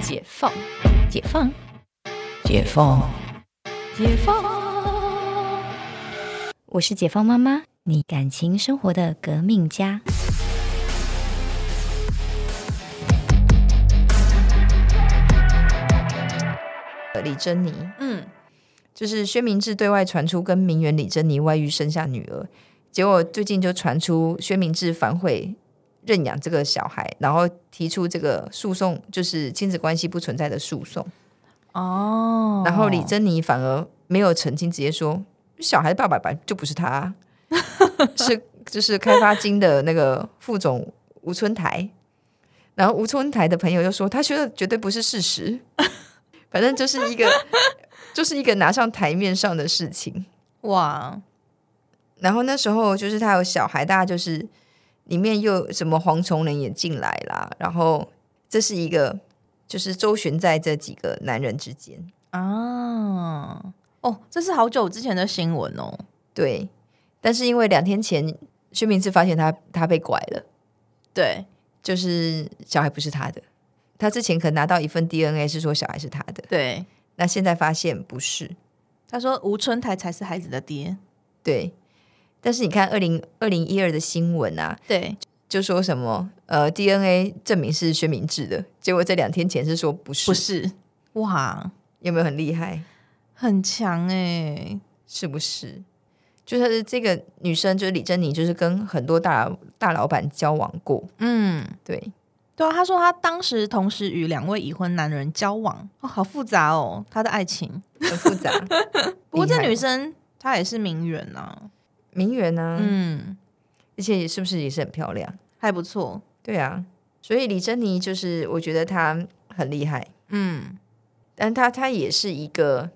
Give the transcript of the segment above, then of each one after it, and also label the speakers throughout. Speaker 1: 解放，解放，解放，解放。
Speaker 2: 我是解放妈妈，你感情生活的革命家。
Speaker 1: 李珍妮
Speaker 3: 嗯，
Speaker 1: 就是薛明志对外传出跟名媛李珍妮外遇生下女儿，结果最近就传出薛明志反悔认养这个小孩，然后提出这个诉讼，就是亲子关系不存在的诉讼。
Speaker 3: 哦
Speaker 1: 然后李珍妮反而没有澄清，直接说小孩爸爸本来就不是他啊、 是就是开发金的那个副总吴春台。然后吴春台的朋友又说，他觉得绝对不是事实， 反正就是一个就是一个拿上台面上的事情。
Speaker 3: 哇，
Speaker 1: 然后那时候就是他有小孩，大家就是里面又什么黄崇仁也进来啦，然后这是一个就是周旋在这几个男人之间。
Speaker 3: 啊，哦，这是好久之前的新闻哦。
Speaker 1: 对，但是因为两天前薛明志发现他他被拐了，
Speaker 3: 对
Speaker 1: 就是小孩不是他的，他之前可能拿到一份 DNA 是说小孩是他的，
Speaker 3: 对，
Speaker 1: 那现在发现不是，
Speaker 3: 他说吴春台才是孩子的爹。
Speaker 1: 对。但是你看二零二零一二的新闻啊，
Speaker 3: 对，
Speaker 1: 就说什么呃 DNA 证明是薛明志的，结果这两天前是说不是，
Speaker 3: 不是哇，
Speaker 1: 有没有很厉害？
Speaker 3: 很强哎、
Speaker 1: 是不是？就是这个女生，就是李珍妮，就是跟很多大大老板交往过，
Speaker 3: 嗯，
Speaker 1: 对，
Speaker 3: 对啊，他说他当时同时与两位已婚男人交往，哦，好复杂哦，他的爱情。
Speaker 1: 很复 杂。
Speaker 3: 不过这
Speaker 1: 厉害
Speaker 3: 女生她也是名媛啊，
Speaker 1: 名媛啊，
Speaker 3: 嗯，
Speaker 1: 而且是不是也是很漂亮？
Speaker 3: 还不错，
Speaker 1: 对啊，所以李珍妮就是我觉得她很厉害，
Speaker 3: 嗯，
Speaker 1: 但她她也是一个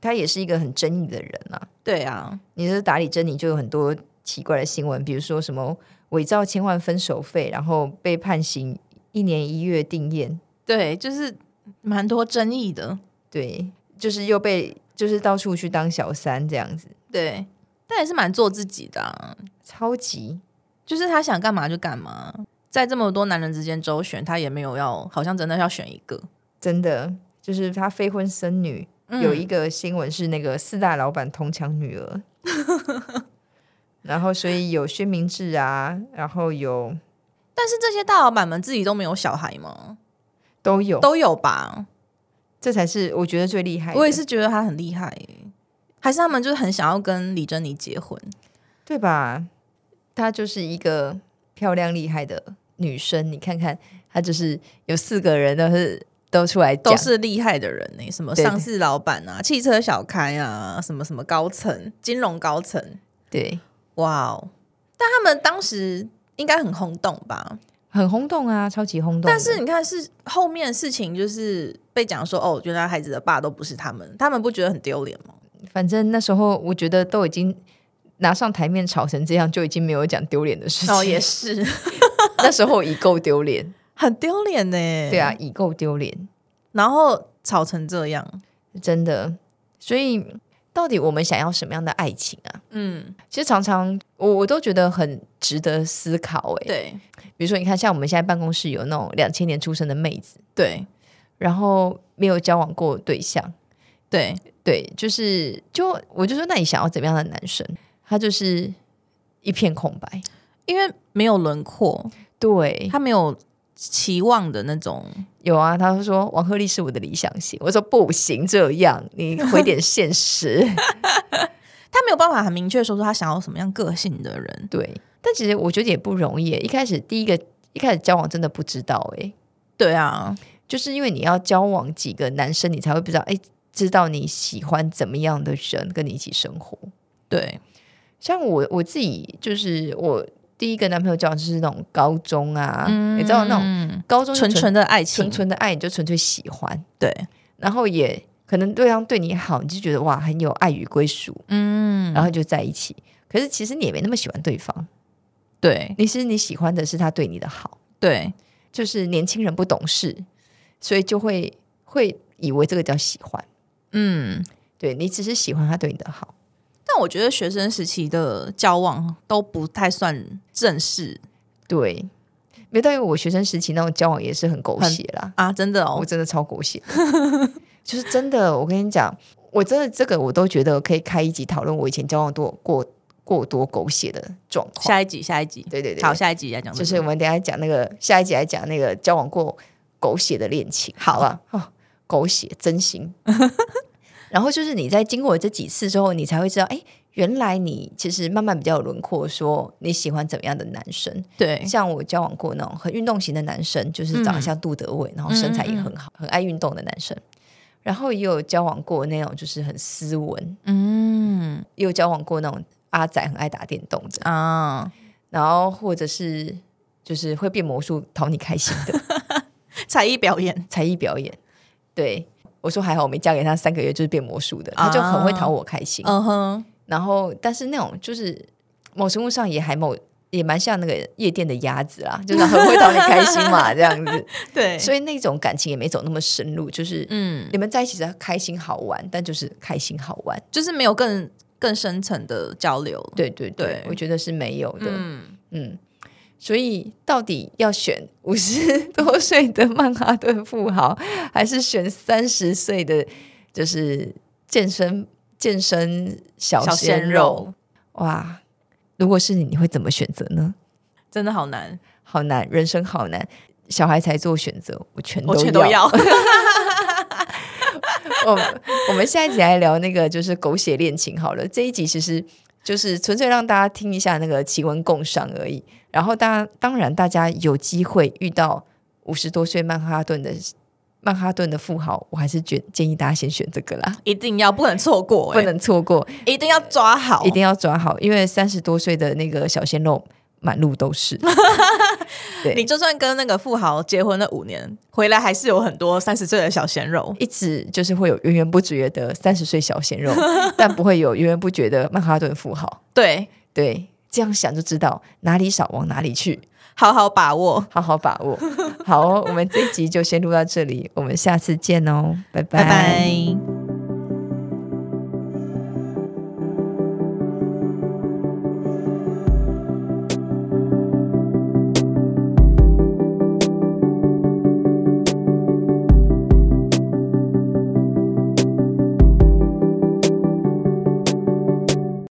Speaker 1: 她也是一个很争议的人啊。
Speaker 3: 对啊，
Speaker 1: 你就是打李珍妮就有很多奇怪的新闻，比如说什么伪造千万分手费，然后被判刑一年一月定谳，
Speaker 3: 对，就是蛮多争议的，
Speaker 1: 对，就是又被就是到处去当小三这样子，
Speaker 3: 对，但也是蛮做自己的啊、
Speaker 1: 超级
Speaker 3: 就是她想干嘛就干嘛，在这么多男人之间周旋，她也没有要，好像真的要选一个，
Speaker 1: 真的就是她非婚生女，
Speaker 3: 嗯
Speaker 1: 有一个新闻是那个四大老板同抢 女儿，然后所以有薛明志啊，然后有
Speaker 3: 但是这些大老板们自己都没有小孩吗？
Speaker 1: 都有，
Speaker 3: 都有吧？
Speaker 1: 这才是我觉得最厉害的。
Speaker 3: 我也是觉得他很厉害耶、还是他们就是很想要跟李珍妮结婚？
Speaker 1: 对吧？她就是一个漂亮厉害的女生，你看看她就是有四个人都是都出来讲
Speaker 3: 都，是厉害的人呢、什么
Speaker 1: 对对
Speaker 3: 上市老板啊、汽车小开啊、什么什么高层、金融高层，
Speaker 1: 对，
Speaker 3: 哇哦！但他们当时应该很轰动吧？
Speaker 1: 很轰动啊，超级轰动的。
Speaker 3: 但是你看，是后面事情就是被讲说，哦，原来孩子的爸都不是他们，他们不觉得很丢脸 吗？
Speaker 1: 反正那时候我觉得都已经拿上台面吵成这样，就已经没有讲丢脸的事情。
Speaker 3: 哦，也是
Speaker 1: 那时候已够丢脸，
Speaker 3: 很丢脸呢。
Speaker 1: 对啊，，已够丢脸。
Speaker 3: 然后吵成这样，
Speaker 1: 真的。所以，到底我们想要什么样的爱情啊？
Speaker 3: 嗯，
Speaker 1: 其实常常我我都觉得很值得思考诶、
Speaker 3: 对
Speaker 1: 比如说，你看，像我们现在办公室有那种两千年出生的妹子，
Speaker 3: 对
Speaker 1: 然后没有交往过对象，
Speaker 3: 对，
Speaker 1: 对，就是就我就说，那你想要怎么样的男生？他就是一片空白，
Speaker 3: 因为没有轮廓，
Speaker 1: 对，
Speaker 3: 他没有期望的那种，
Speaker 1: 有啊，他说王鹤棣是我的理想型，我说不行，这样你回点现实，
Speaker 3: 他没有办法很明确说出他想要什么样个性的人。
Speaker 1: 对。但其实我觉得也不容易欸，一开始第一个一开始交往真的不知道欸诶、
Speaker 3: 对啊，
Speaker 1: 就是因为你要交往几个男生，你才会不知道，哎，知道你喜欢怎么样的人跟你一起生活。
Speaker 3: 对，
Speaker 1: 像我我自己，就是我第一个男朋友交往就是那种高中啊，你知道那种
Speaker 3: 种
Speaker 1: 高中
Speaker 3: 嗯
Speaker 1: 就
Speaker 3: 纯纯的爱情，
Speaker 1: 纯纯的爱，你就纯粹喜欢，
Speaker 3: 对，
Speaker 1: 然后也可能对方对你好，你就觉得哇很有爱与归属，
Speaker 3: 嗯，
Speaker 1: 然后就在一起。可是其实你也没那么喜欢对方，
Speaker 3: 对
Speaker 1: 你是你喜欢的是他对你的好，
Speaker 3: 对
Speaker 1: 就是年轻人不懂事，所以就会会以为这个叫喜欢。
Speaker 3: 嗯。
Speaker 1: 对你只是喜欢他对你的好，
Speaker 3: 但我觉得学生时期的交往都不太算正式，
Speaker 1: 对，没有，但因为我学生时期那种交往也是很狗
Speaker 3: 很
Speaker 1: 血啦，
Speaker 3: 啊，真的
Speaker 1: 我
Speaker 3: 哦，
Speaker 1: 真的超狗血， 就是真的，我跟你讲，我真的这个我都觉得可以开一集讨论我以前交往多过过多狗血的状况。
Speaker 3: 下一集，下一集，
Speaker 1: 对对对，
Speaker 3: 好，下一集来讲这
Speaker 1: 就
Speaker 3: 个，
Speaker 1: 啊是我们等一下讲那个下一集来讲那个交往过狗血的恋情，好吧？哦，狗血真心。 然后就是你在经过这几次之后，你才会知道，哎，原来你其实慢慢比较有轮廓，说你喜欢怎么样的男生。
Speaker 3: 对，
Speaker 1: 像我交往过那种很运动型的男生，就是长得像杜德伟，然后身材也很好，很爱运动的男生。然后也有交往过那种就是很斯文，
Speaker 3: 嗯
Speaker 1: 也有交往过那种阿仔很爱打电动的，
Speaker 3: 啊，
Speaker 1: 然后或者是就是会变魔术讨你开心 的
Speaker 3: 才艺表演，
Speaker 1: 才艺表演。对我说还好，我没嫁给他三个月就是变魔术的，他就很会讨我开心。
Speaker 3: 啊嗯哼，
Speaker 1: 然后但是那种就是某程度上也还某也蛮像那个夜店的鸭子 啦，就是很会讨你开心嘛这样子。
Speaker 3: 对，
Speaker 1: 所
Speaker 3: 以
Speaker 1: 以那种感情也没走那么深入，就是
Speaker 3: 嗯，
Speaker 1: 你们在一起是开心好玩，但就是开心好玩，
Speaker 3: 就是没有更更深层的交流，
Speaker 1: 对对对，
Speaker 3: 对
Speaker 1: 我觉得是没有的，嗯
Speaker 3: 嗯，
Speaker 1: 所以到底要选五十 多岁的曼哈顿富豪，还是选三十岁的就是健身健身小
Speaker 3: 小
Speaker 1: 鲜
Speaker 3: 鲜肉
Speaker 1: 哇，如果是你，你会怎么选择呢？
Speaker 3: 真的好难，
Speaker 1: 好难，人生好难，小孩才做选择，我全
Speaker 3: 我
Speaker 1: 都
Speaker 3: 全都要，
Speaker 1: 我们哦我们下一集来聊那个就是狗血恋情好了。这一集其实就是纯粹让大家听一下那个奇闻共赏而已。然后大家当然大家有机会遇到五十多岁曼哈顿的曼哈顿的富豪，我还是觉建议大家先选这个啦，
Speaker 3: 一定要不能错过，
Speaker 1: 不
Speaker 3: 哎
Speaker 1: 能错过，
Speaker 3: 一定要抓好，
Speaker 1: 一定要抓好，因为三十多岁的那个小鲜肉满路都是。对
Speaker 3: 你就算跟那个富豪结婚了五年，回来还是有很多三十岁的小鲜肉。
Speaker 1: 一直就是会有源源不绝的三十岁小鲜肉，但不会有源源不绝的曼哈顿富豪。
Speaker 3: 对，
Speaker 1: 对，这样想就知道哪里少往哪里去，
Speaker 3: 好好把握，
Speaker 1: 好好把握。好哦、我们这一集就先录到这里，我们下次见哦，拜拜
Speaker 3: 拜拜